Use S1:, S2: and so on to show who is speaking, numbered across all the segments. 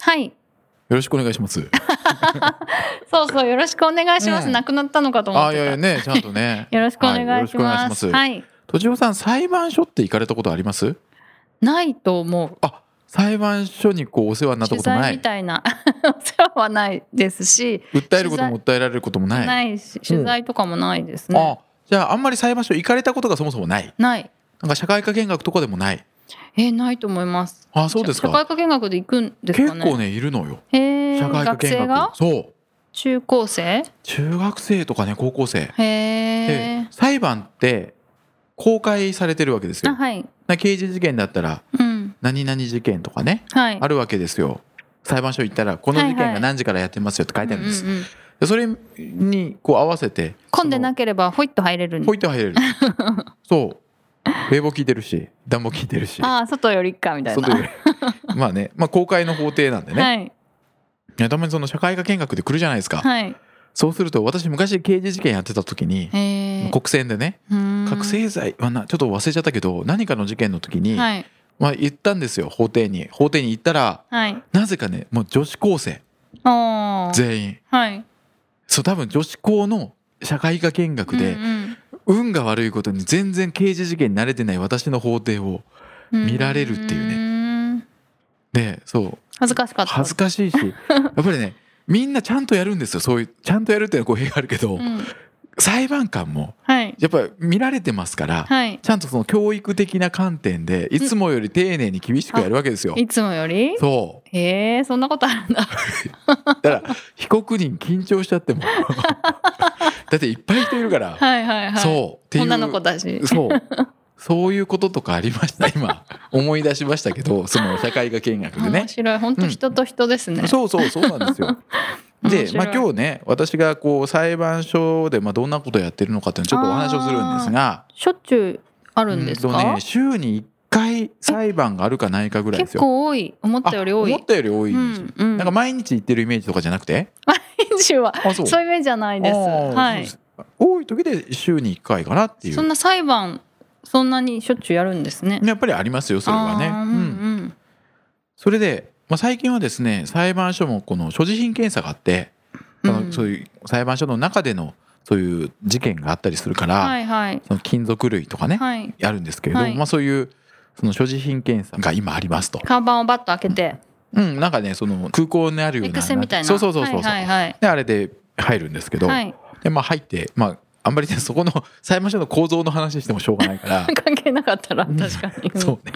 S1: はい
S2: ろしくお願いします
S1: そうそうよろしくお願いします、
S2: ねえ
S1: なくなったのかと思って
S2: あ
S1: た
S2: いやいやねちゃん とね
S1: よろしくお願いします。
S2: はいよろしくお願いします
S1: はい。
S2: 土壌さん裁判所って行かれたことあります
S1: ないと思う。
S2: あ裁判所にこうお世話になった
S1: 取
S2: ことな
S1: 材
S2: い
S1: みたいな お世話はないですし、
S2: 訴えることも訴えられることもない
S1: ないし取材とかもないですね。
S2: あじゃああんまり裁判所行かれたことがそもそもない
S1: ない。
S2: なんか社会科見学とかでもない
S1: えーないと思います。
S2: あそうです
S1: 社会
S2: か
S1: 科見学で行くんです
S2: 結
S1: かね。
S2: 構ねいるのよ
S1: へー
S2: 社会科
S1: 学
S2: 見
S1: 生
S2: 学
S1: が
S2: そう
S1: 中高生？
S2: 中学生とかね高校生
S1: へ
S2: で
S1: え。
S2: 裁判って公開されてるわけです
S1: あ
S2: よ
S1: はい。
S2: な刑事事件だったら
S1: うん
S2: 何々事件とかね
S1: はい。
S2: あるわけですよ裁判所行ったらこの事件
S1: はいは
S2: が
S1: い
S2: 何時からやってますよって書いてあるんです、
S1: うううん
S2: でそれにこう合わせて
S1: 混んでなければホイッと入れるん
S2: そのポイって入れ るそう冷房効いてるし暖房効いてるし
S1: ああ外よりかみたいな。
S2: 外でまあね、まあ、公開の法廷なんでね、
S1: はい
S2: いやたまにその社会科見学で来るじゃないですか、
S1: はい。
S2: そうすると私昔刑事事件やってた時に
S1: へえ。
S2: 国選でね覚
S1: 覚
S2: 醒剤はなちょっと忘れちゃったけど何かの事件の時に、
S1: はい
S2: まあ、言ったんですよ法廷に法廷に行ったら
S1: はい。
S2: なぜかねもう女子高生
S1: おー
S2: 全員
S1: はい。
S2: そう多分女子校の社会科見学で、
S1: うん
S2: 運が悪いことに全然刑事事件に慣れてない私の法廷を
S1: うん
S2: 見られるっていうね
S1: ね。
S2: でそう
S1: 恥ずかしかった。
S2: 恥ずかし いしやっぱりねみんなちゃんとやるんですよそういうちゃんとやるっていうのは語弊があるけど、
S1: うん
S2: 裁判官も
S1: はい
S2: やっぱり見られてますから、
S1: はい。
S2: ちゃんとその教育的な観点でいつもより丁寧に厳しくやるわけですよ。
S1: いつもより。
S2: そう
S1: へえ、そんなことあるんだ。
S2: だから被告人緊張しち ゃってもだっていっぱい人いるから、
S1: はいはいはい。
S2: そうっていう
S1: 女の子だし。
S2: そう。そういうこととかありました今思い出しましたけどその社会科見学でね
S1: 面。白い、本当人と人ですね。
S2: そうそうそうなんで すよ。で
S1: 面、白
S2: ま
S1: い
S2: あ、今日ね私がこう裁判所でまあどんなことやってるのかっていうのをちょっとお話をするんですが
S1: しょっちゅうあるんです
S2: うんと
S1: か
S2: ね、。週に1回裁判があるかないかぐらいです
S1: 結
S2: よ。
S1: 構多い、思ったより多
S2: あ思
S1: い
S2: っ。たより多い、
S1: うんうん
S2: なんか毎日行ってるイメージとかじゃなくて
S1: 編集は。
S2: あそう
S1: そういうイメージじゃないです。
S2: あー
S1: は
S2: そ。
S1: いう
S2: です多い時で週に1回かなってい
S1: そん
S2: う
S1: な裁判。そんなにしょっちゅうやるんですね。
S2: やっぱりありますよそれはね。
S1: あーう
S2: うんん
S1: うん。
S2: それで、まあ、最近はですね裁判所もこの所持品検査があって、あの
S1: うん
S2: そういう裁判所の中でのそういう事件があったりするから、
S1: はいはい。
S2: その金属類とかね、
S1: はい。
S2: あるんですけれども、
S1: はい
S2: まあ、そういうその所持品検査が今ありますと、
S1: 看板をバッと開けて。
S2: うん、なんかねその空港にあるような
S1: エクセみたいな。
S2: そうそうそうそう、
S1: はいはい
S2: であれで入るんですけど、
S1: はい。はい。
S2: でまあ、入って、まあ、あんまりね そこの裁判所の構造の話してもしょうがないから
S1: 関係なかったら
S2: うん
S1: 確かに。
S2: そうね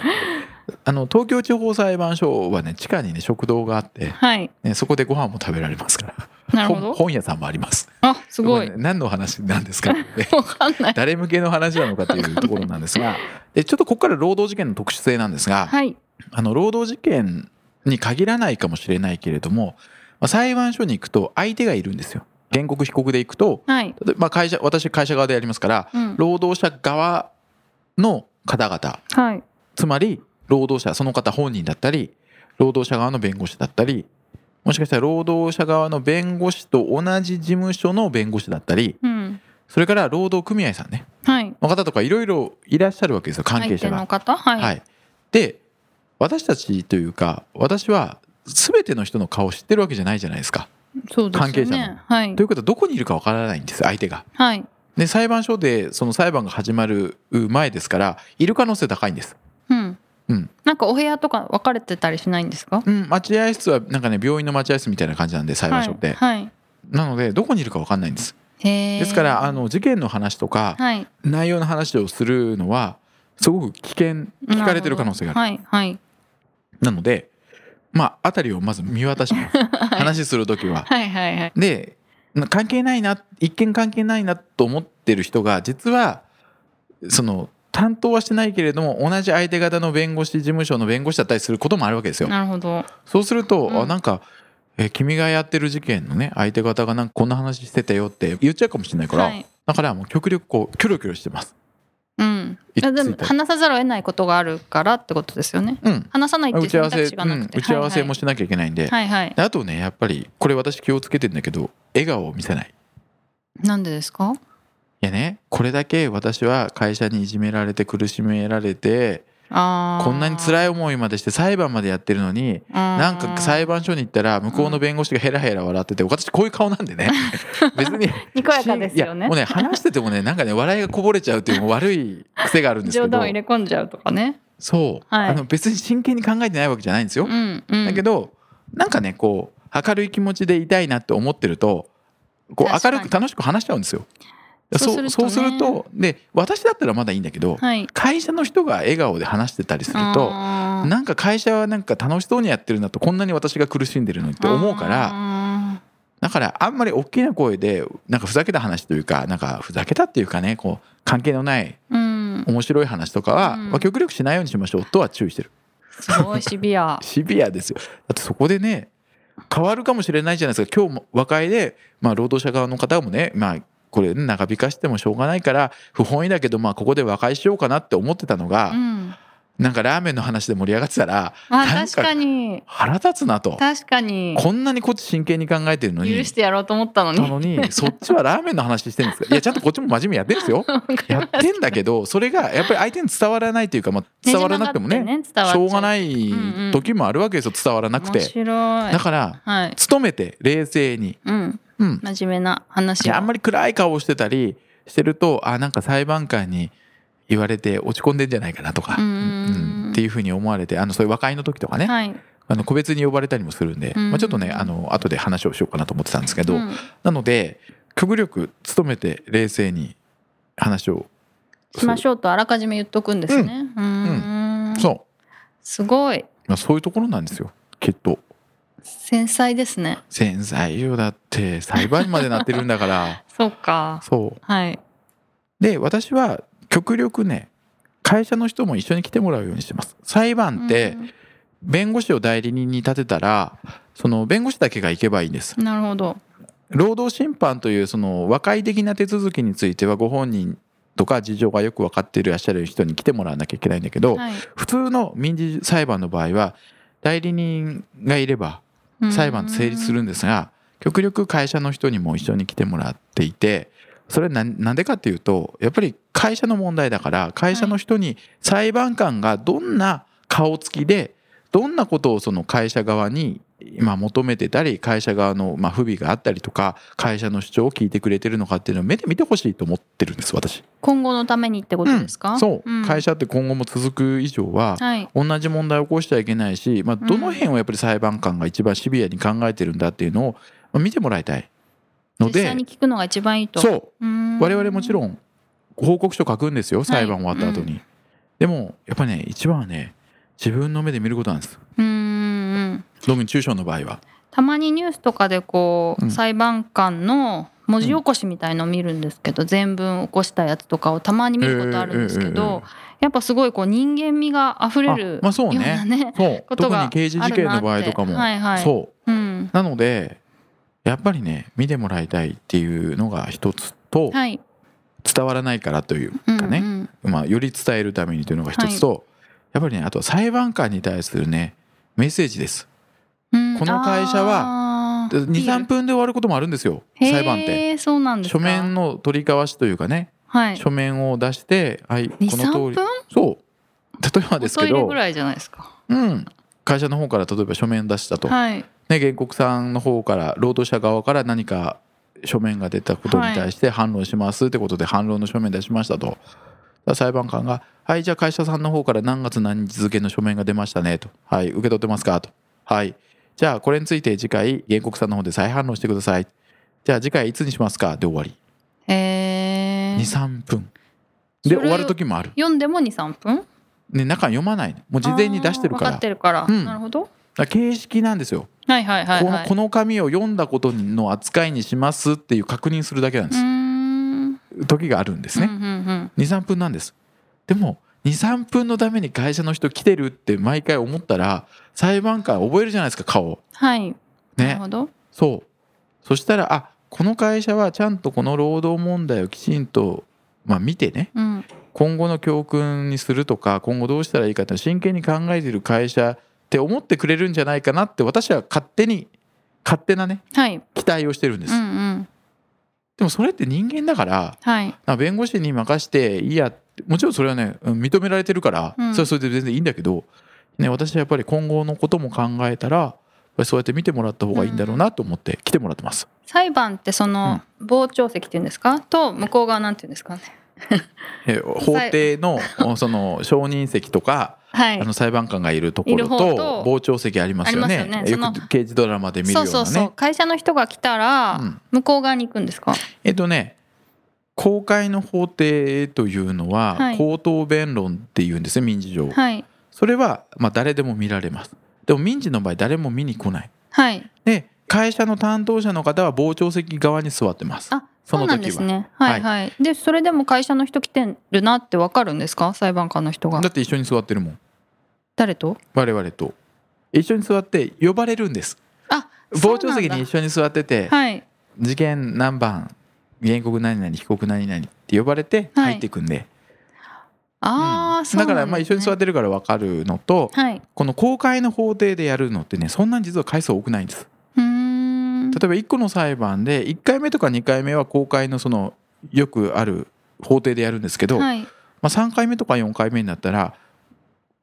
S2: あの東京地方裁判所はね地下にね食堂があって、
S1: はい。
S2: ね、そこでご飯も食べられますから。
S1: なるほ
S2: 本
S1: ど。
S2: 本屋さんもあります。
S1: あ、すごい
S2: これ。ね何の話なんで すか、ね
S1: わかんない。
S2: 誰向けの話なのかというところなんで すが、でちょっとここから労働事件の特殊性なんですが、
S1: はい。
S2: あの労働事件に限らないかもしれないけれども、まあ、裁判所に行くと相手がいるんですよ。原告被告で行くと、
S1: はい。
S2: 例えばまあ会社私会社側でやりますから、
S1: うん。
S2: 労働者側の方々、
S1: はい。
S2: つまり労働者その方本人だったり労働者側の弁護士だったりもしかしたら労働者側の弁護士と同じ事務所の弁護士だったり
S1: うん。
S2: それから労働組合さんね
S1: はい。
S2: の方とかいろいろいらっしゃるわけですよ関係
S1: 相
S2: 者
S1: 手
S2: が。
S1: の方。はい。
S2: はい、で私たちというか私は全ての人の顔を知ってるわけじゃないじゃないですか。
S1: そうですよね。
S2: 関係者の
S1: はい
S2: とい。うことはどこにいるかわからないんです相手が。
S1: はい。
S2: で裁判所でその裁判が始まる前ですからいる可能性高いんです。
S1: うん。
S2: うん。
S1: なんかお部屋とか分かれてたりしないんですか。
S2: うん、待合室はなんかね病院の待合室みたいな感じなんで裁判所って、
S1: はい。
S2: なのでどこにいるか分かんないんです
S1: へえ。
S2: ですからあ。の事件の話とか
S1: はい。
S2: 内容の話をするのはすごく危険聞かれてる可能性がある
S1: はい。はい。
S2: なのでまあ辺りをまず見渡します 話する時は
S1: はい。はい。はい。
S2: でな関係ないな一見関係ないなと思ってる人が実はその担当はしてないけれども同じ相手方の弁護士事務所の弁護士だったりすることもあるわけですよ。
S3: なるほど。
S2: そうすると、
S3: うん
S2: あなんか、えー君がやってる事件のね相手方がなんかこんな話してたよって言っちゃうかもしれないから、
S3: はい。
S2: だからもう極力こうキョロキョロしてます。
S3: うん。
S2: いっ
S3: い
S2: つい
S3: や
S2: た
S3: でも話さざるを得ないことがあるからってことですよね。
S2: うん、
S3: 話さないってい
S2: 打
S3: う
S2: ち合わ
S3: 選
S2: せ、
S3: 択肢
S2: う
S3: がなく
S2: ん、
S3: て。
S2: 打ち合わせ
S3: はい
S2: もしなきゃいけないんで,、
S3: はいはい。
S2: であとねやっぱりこれ私気をつけてんだけど笑顔を見せない。
S3: なんでですか？
S2: いやねこれだけ私は会社にいじめられて苦しめられて
S3: ああ。
S2: こんなに
S3: い。
S2: 辛い思いまでして裁判までやってるのにな
S3: なん
S2: か裁判所に行ったら向こうの弁護士がヘラヘラ笑ってて私こういう顔なんで ね別に
S3: にこやかですよ
S2: い
S3: ね
S2: やもう。ね話しててもねなんかね笑いがこぼれちゃうっていうもう悪い癖があるんですけ
S3: 冗談
S2: ど
S3: を入れ込んじゃうとかね。
S2: そう、
S3: はい
S2: あの別に真剣に考えてないわけじゃないんですよ、
S3: うんうん。
S2: だけどなんかねこう明るい気持ちでいたいなって思ってるとこう
S3: 確
S2: 明
S3: かに
S2: るく楽しく話しちゃうんですよ
S3: そう
S2: そう
S3: す
S2: す
S3: るとね
S2: るとで私だったらまだいいんだけど、
S3: はい。
S2: 会社の人が笑顔で話してたりすると
S3: あー
S2: なんか会社はなんか楽しそうにやってるなとこんなに私が苦しんでるのにって思うから
S3: あ
S2: だからあんまり大きな声でなんかふざけた話というかなんかふざけたっていうかねこう関係のない
S3: ーうん。
S2: 面白い話とかは、
S3: うん
S2: まあ極力しないようにしましょうとは注意してる。
S3: すごいシビア
S2: シビアですよだってそこでね変わるかもしれないじゃないですか今日も和解で、まあ、労働者側の方もねまあこれね長引かしてもしょうがないから不本意だけどまあここで和解しようかなって思ってたのが、
S3: うん。
S2: なんかラーメンの話で盛り上がってたら
S3: あ
S2: なんか
S3: 確かに
S2: 腹立つなと
S3: 確かに
S2: こんなにこっち真剣に考えてるのに
S3: 許してやろうと思ったのに
S2: な。のにそっちはラーメンの話してるんですかいやちゃんとこっちも真面目にやってるんです よやってんだけどそれがやっぱり相手に伝わらないというか、まあ、伝わらなくてもね
S3: ねじ曲がっ
S2: して
S3: ね伝
S2: ょ
S3: わっ
S2: うがないい
S3: うんうん
S2: 時もあるわけですよ伝わらなくて、
S3: 面白い
S2: だから
S3: はい
S2: 努めて冷静に、
S3: うん
S2: うん、
S3: 真面目な話
S2: で
S3: を
S2: あんまり暗い顔をしてたりしてるとあなんか裁判官に言われて落ち込んでんじゃないかなとか、
S3: うん
S2: うんっていうふうに思われてあのそういう和解の時とかね、
S3: はい
S2: あの個別に呼ばれたりもするんで、
S3: うん
S2: まあ、ちょっとねあの後で話をしようかなと思ってたんですけど、
S3: うん
S2: なので極力努めて冷静に話を
S3: しましょうとあらかじめ言っとくんですねうーん
S2: そう、
S3: すごい
S2: まあ、そういうところなんですよきっと
S3: 繊細ですね
S2: 繊細よだって裁判員までなってるんだから
S3: そうか
S2: そう
S3: はい
S2: で私は極力ね会社の人も一緒に来てもらうようにしてます裁判って弁護士を代理人に立てたらその弁護士だけが行けばいいんです
S3: うんなるほど
S2: 労働審判というその和解的な手続きについてはご本人とか事情がよく分かっていらっしゃる人に来てもらわなきゃいけないんだけど、
S3: はい
S2: 普通の民事裁判の場合は代理人がいれば
S3: うん
S2: 裁判成立するんですが極力会社の人にも一緒に来てもらっていてそれはなんなんでかっていうとやっぱり会社の問題だから会社の人に裁判官がどんな顔つきでどんなことをその会社側にまあ求めてたり会社側のまあ不備があったりとか会社の主張を聞いてくれてるのかっていうのを目で見てほしいと思ってるんです私。
S3: 今後のためにってことですか
S2: そう、会社
S3: 社
S2: って今後も続く以上は、
S3: はい
S2: 同じ問題を起こしちゃいけないし、まあ、どの辺をやっぱり裁判官が一番シビアに考えてるんだっていうのをまあ見てもらいたいの
S3: 実
S2: で
S3: 際に聞くのが一番いいと
S2: そう
S3: うーん
S2: 我々もちろん報告書書くんですよ裁判終わった後に、でもやっぱね一番はね自分の目で見ることなんです
S3: うーん
S2: 特に中小の場合は
S3: たまにニュースとかでこう、
S2: うん
S3: 裁判官の文字起こしみたいのを見るんですけど、全文起こしたやつとかをたまに見ることあるんですけど、
S2: えええええ
S3: やっぱすごいこう人間味が溢れる
S2: あまあそうね
S3: ようなね
S2: そう
S3: こと
S2: 特
S3: が
S2: に刑事事件の場合とかも、
S3: あるなってはいはい
S2: そう
S3: うん
S2: なのでやっぱりね見てもらいたいっていうのが一つと、
S3: はい、
S2: 伝わらないからという
S3: うん
S2: かね、
S3: うん
S2: まあ、より伝えるためにというのが一つと、やっぱりねあとは裁判官に対するねメッセージです
S3: うん
S2: この会社
S3: は
S2: 23分で終わることもあるんですよ裁判って
S3: そうなんですか
S2: 書面の取り交わしというかね
S3: はい
S2: 書面を出してはいこの
S3: 23
S2: 通り
S3: 分
S2: そう例えばで
S3: お
S2: すけ
S3: トイレ
S2: ど
S3: ぐ、らいじゃないですか
S2: うん、会社の方から例えば書面出したと、
S3: はい
S2: ね、原告さんの方から労働者側から何か書面が出たことに対して反論しますってことで反論の書面出しましたとだから裁判官が「はいじゃあ会社さんの方から何月何日付の書面が出ましたね」と「はい受け取ってますか?」と「はいじゃあこれについて次回原告さんの方で再反論してください」じゃあ次回いつにしますかで終わり
S3: えー、
S2: 23分で
S3: それ
S2: 終わる時もある、
S3: 読んでも23分
S2: ね、中読まないのもう事前に出してるか
S3: あー分からってるから、
S2: うん
S3: なるほど
S2: だから形式なんですよ
S3: はいはいはい
S2: こ
S3: は
S2: の
S3: い
S2: この紙を読んだことの扱いにしますっていう確認するだけなんで
S3: うー
S2: す、
S3: ん
S2: 時があるんです
S3: う
S2: ね
S3: んうんうん
S2: 23分なんですでも23分のために会社の人来てるって毎回思ったら裁判官覚えるじゃないですか顔
S3: はい、なる
S2: ね
S3: ほど
S2: そうそしたらあこの会社はちゃんとこの労働問題をきちんと、まあ、見てね
S3: うん
S2: 今後の教訓にするとか今後どうしたらいいかって真剣に考えてる会社って思ってくれるんじゃないかなって私は勝手に勝手なね
S3: はい
S2: 期待をしてるんです、
S3: うんうん
S2: でもそれって人間だから
S3: はい
S2: あ弁護士に任していいやってもちろんそれはねうん認められてるから、
S3: うん
S2: それはそれで全然いいんだけど、ね、私はやっぱり今後のことも考えたらやっぱりそうやって見てもらった方がいいんだろうなと思って来てもらってます。
S3: 裁判ってその傍聴席っていうんですかと向こう側なんていうんですかね
S2: え法廷のおその証人席とか、
S3: はい
S2: あの裁判官がいるとこ
S3: いる
S2: ろ
S3: 方
S2: と
S3: と
S2: 傍聴席ありますよね
S3: あります
S2: よ
S3: よねその
S2: く刑事ドラマで見るよ
S3: そう
S2: なね
S3: うそうそう会社の人が来たら
S2: うん
S3: 向こう側に行くんですか、
S2: えっとね公開の法廷というのは、
S3: はい
S2: 口頭弁論っていうんですね民事上、
S3: はい
S2: それは、まあ、誰でも見られますでも民事の場合誰も見に来ない
S3: はい
S2: で会社の担当者の方は傍聴席側に座ってます
S3: あ
S2: そ
S3: そ
S2: の時は
S3: うなんですね
S2: はい
S3: はいはい、でそれでも会社の人来てるなってわかるんですか裁判官の人が
S2: だって一緒に座ってるもん
S3: 誰と
S2: 我々と一緒に座って呼ばれるんです
S3: あ
S2: 傍聴席に
S3: そう
S2: 一緒に座ってて
S3: なんだはい
S2: 事件何番原告何々被告何々って呼ばれて
S3: はい
S2: 入っていくんで、
S3: ああ、
S2: うん
S3: そう
S2: だからまあ一緒に座っててるから分かるのと
S3: はい
S2: この公開の法廷でやるのってねそんなに実は回数多くないんです
S3: うーん
S2: 例えば1個の裁判で1回目とか2回目は公開のそのよくある法廷でやるんですけど、
S3: はい
S2: まあ、3回目とか4回目になったら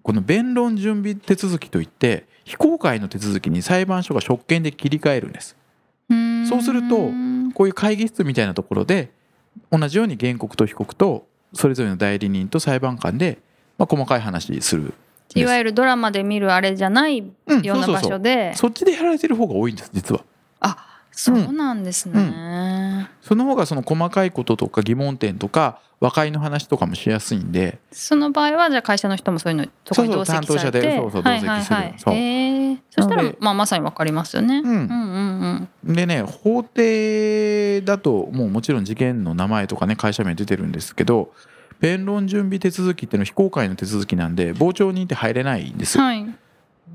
S2: この弁論準備手続きといって非公開の手続きに裁判所が職権で切り替えるんですそうすると
S3: ーん
S2: こういう会議室みたいなところで同じように原告と被告とそれぞれの代理人と裁判官で、まあ、細かい話するんです
S3: いわゆるドラマで見るあれじゃないよ
S2: うん
S3: うな
S2: そうそうそ
S3: 場
S2: う
S3: 所で
S2: そっちでやられてる方が多いんです実は
S3: あそうなんですね、
S2: うんその方がその細かいこととか疑問点とか和解の話とかもしやすいんで
S3: その場合はじゃあ会社の人もそういうのそこに同席されて
S2: そうそう担当者でそうそう同席する
S3: はいはいはい
S2: そう
S3: へーそした
S2: なの
S3: ら
S2: で
S3: まあまさにわかりますよね、
S2: うん
S3: うんうん
S2: でね法廷だともうもちろん事件の名前とかね会社名出てるんですけど弁論準備手続きっていうのは非公開の手続きなんで傍聴人って入れないんですよ、
S3: はいうん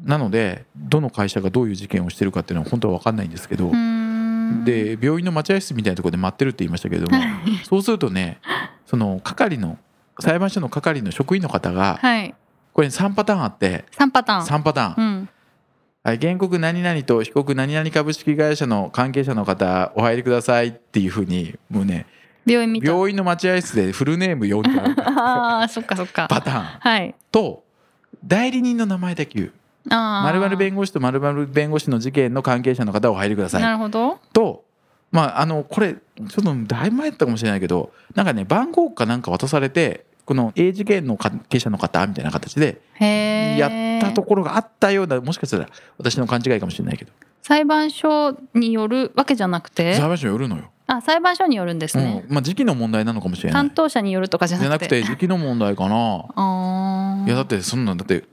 S2: なのでどの会社がどういう事件をしてるかっていうのは本当は分かんないんですけど、
S3: うーん
S2: で病院の待合室みたいなところで待ってるって言いましたけれどもそうするとねその係の裁判所の係の職員の方が
S3: はい
S2: これ3パターンあって
S3: 三パターン
S2: 3パターン
S3: うん
S2: はい、原告何々と被告何々株式会社の関係者の方お入りくださいっていうふうにもうね
S3: 病院みたい
S2: 病院の待合室でフルネーム呼んである
S3: ああそっかそっか
S2: パターン
S3: はい
S2: と代理人の名前だけ言う
S3: あ
S2: 〇〇
S3: 護
S2: 弁護士と〇〇弁護士の事件の関係者の方お入りくださ
S3: ないるほど
S2: とまああのこれちょっとだいぶ前だったかもしれないけどなんかね番号かなんか渡されてこの A 事件の関係者の方みたいな形で
S3: へえ
S2: やったところがあったようなもしかしたら私の勘違いかもしれないけど
S3: 裁判所によるわけじゃなくて
S2: 裁判所によるのよ。
S3: あ裁判所によるんですね、
S2: うんまあ、時期の問題なのかもしれない
S3: 担当者によるとかじゃ
S2: じゃ
S3: な
S2: な
S3: く
S2: く
S3: て
S2: て時期の問題かな、
S3: ああ
S2: いやだってそんなんだって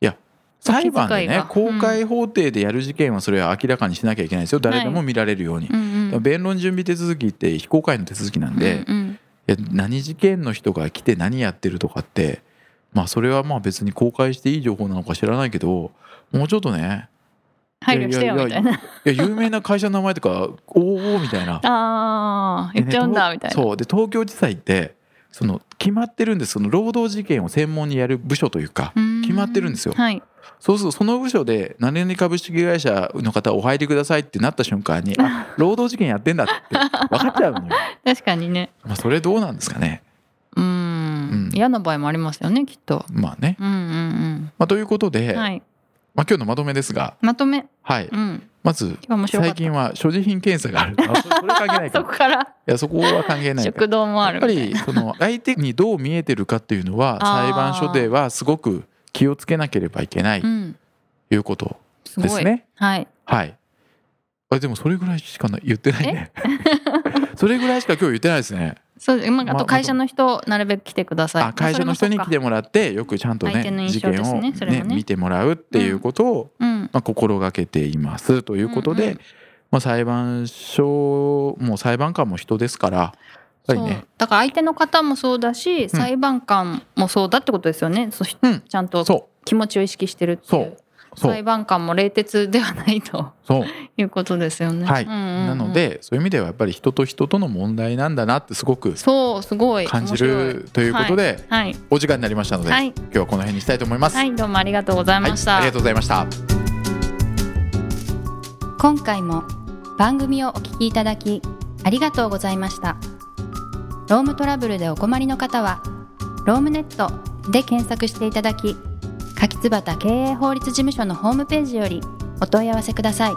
S2: いや裁判で
S3: 気遣い
S2: ね
S3: が
S2: 公開法廷でやる事件はそれは明らかにしなきゃいけないですよ誰でも見られるように、
S3: うんうん
S2: 弁論準備手続きって非公開の手続きなんで、い
S3: うんうん
S2: や何事件の人が来て何やってるとかってまあそれはまあ別に公開していい情報なのか知らないけどもうちょっとね
S3: 配慮してよみたいな。
S2: いや有名な会社の名前とかおーおーみたいな
S3: ああー言っちゃうんだみたいな。
S2: でねそうで東京地裁ってその決まってるんですその労働事件を専門にやる部署というか、決
S3: 決
S2: まってるんですよ
S3: はい。
S2: そうするとその部署で何々株式会社の方お入りくださいってなった瞬間にあ労働事件やってんだって分かっちゃ うのよ、
S3: 確かにね。
S2: まあ、それどうなんですかね
S3: う
S2: うんん。
S3: 嫌な場合もありますよねきっと。
S2: まあね、
S3: うんうん
S2: まあ、ということ
S3: う
S2: で、
S3: ん。はい。
S2: まあ、今日のまとめですが、
S3: まとめ。
S2: はい、
S3: うん。
S2: まず
S3: 今日面白かっ
S2: 最
S3: た
S2: 近は所持品検査があ るあそそれ関係ないか
S3: そ
S2: ら
S3: こ
S2: い
S3: から
S2: やそこは関係ないから
S3: 食堂もあ
S2: や
S3: る
S2: っぱりその相手にどう見えてるかっていうのは
S3: あー
S2: 裁判所ではすごく気をつけなければいけない
S3: うん。
S2: いうこと
S3: す
S2: で
S3: ご
S2: す
S3: い。
S2: ね。
S3: はい。
S2: はい。あでもそれぐらいしかな言ってないね。 それぐらいしか今日言ってないですね。
S3: そうです。まあ
S2: ま
S3: あと会社の人なるべく来てください。
S2: あ会社の人に来て
S3: も。
S2: もらってよくちゃんと
S3: 相
S2: ね
S3: 手の印
S2: 事
S3: 象
S2: 件
S3: です
S2: を、
S3: ねそれ
S2: ね
S3: もね
S2: 見てもらうっていうことを、
S3: うん。
S2: まあ、心がけていますということで、
S3: うんうん
S2: まあ、裁判所も裁判官も人ですからぱり
S3: そう
S2: ね
S3: だから相手の方もそうだし、裁判官もそうだってことですよねそし
S2: うん
S3: ちゃんと
S2: そ
S3: 気持ちを意識してるっていう
S2: うそう
S3: 裁判官も冷徹ではないと
S2: そう
S3: いうことですよね。
S2: はい、
S3: うんうんうん
S2: なのでそういう意味ではやっぱり人と人との問題なんだなってすごく
S3: そうすごい
S2: 感じ
S3: 面白
S2: るということで、
S3: はい、
S2: お時間になりましたので、
S3: はい
S2: 今日はこの辺にしたいと思います。
S3: はい、どうもありがとうござい
S2: はい、あ
S3: ました。
S2: りがとうございました。
S1: 今回も番組をお聞きいただきありがとうございましたロームトラブルでお困りの方は「ロームネット」で検索していただき柿椿経営法律事務所のホームページよりお問い合わせください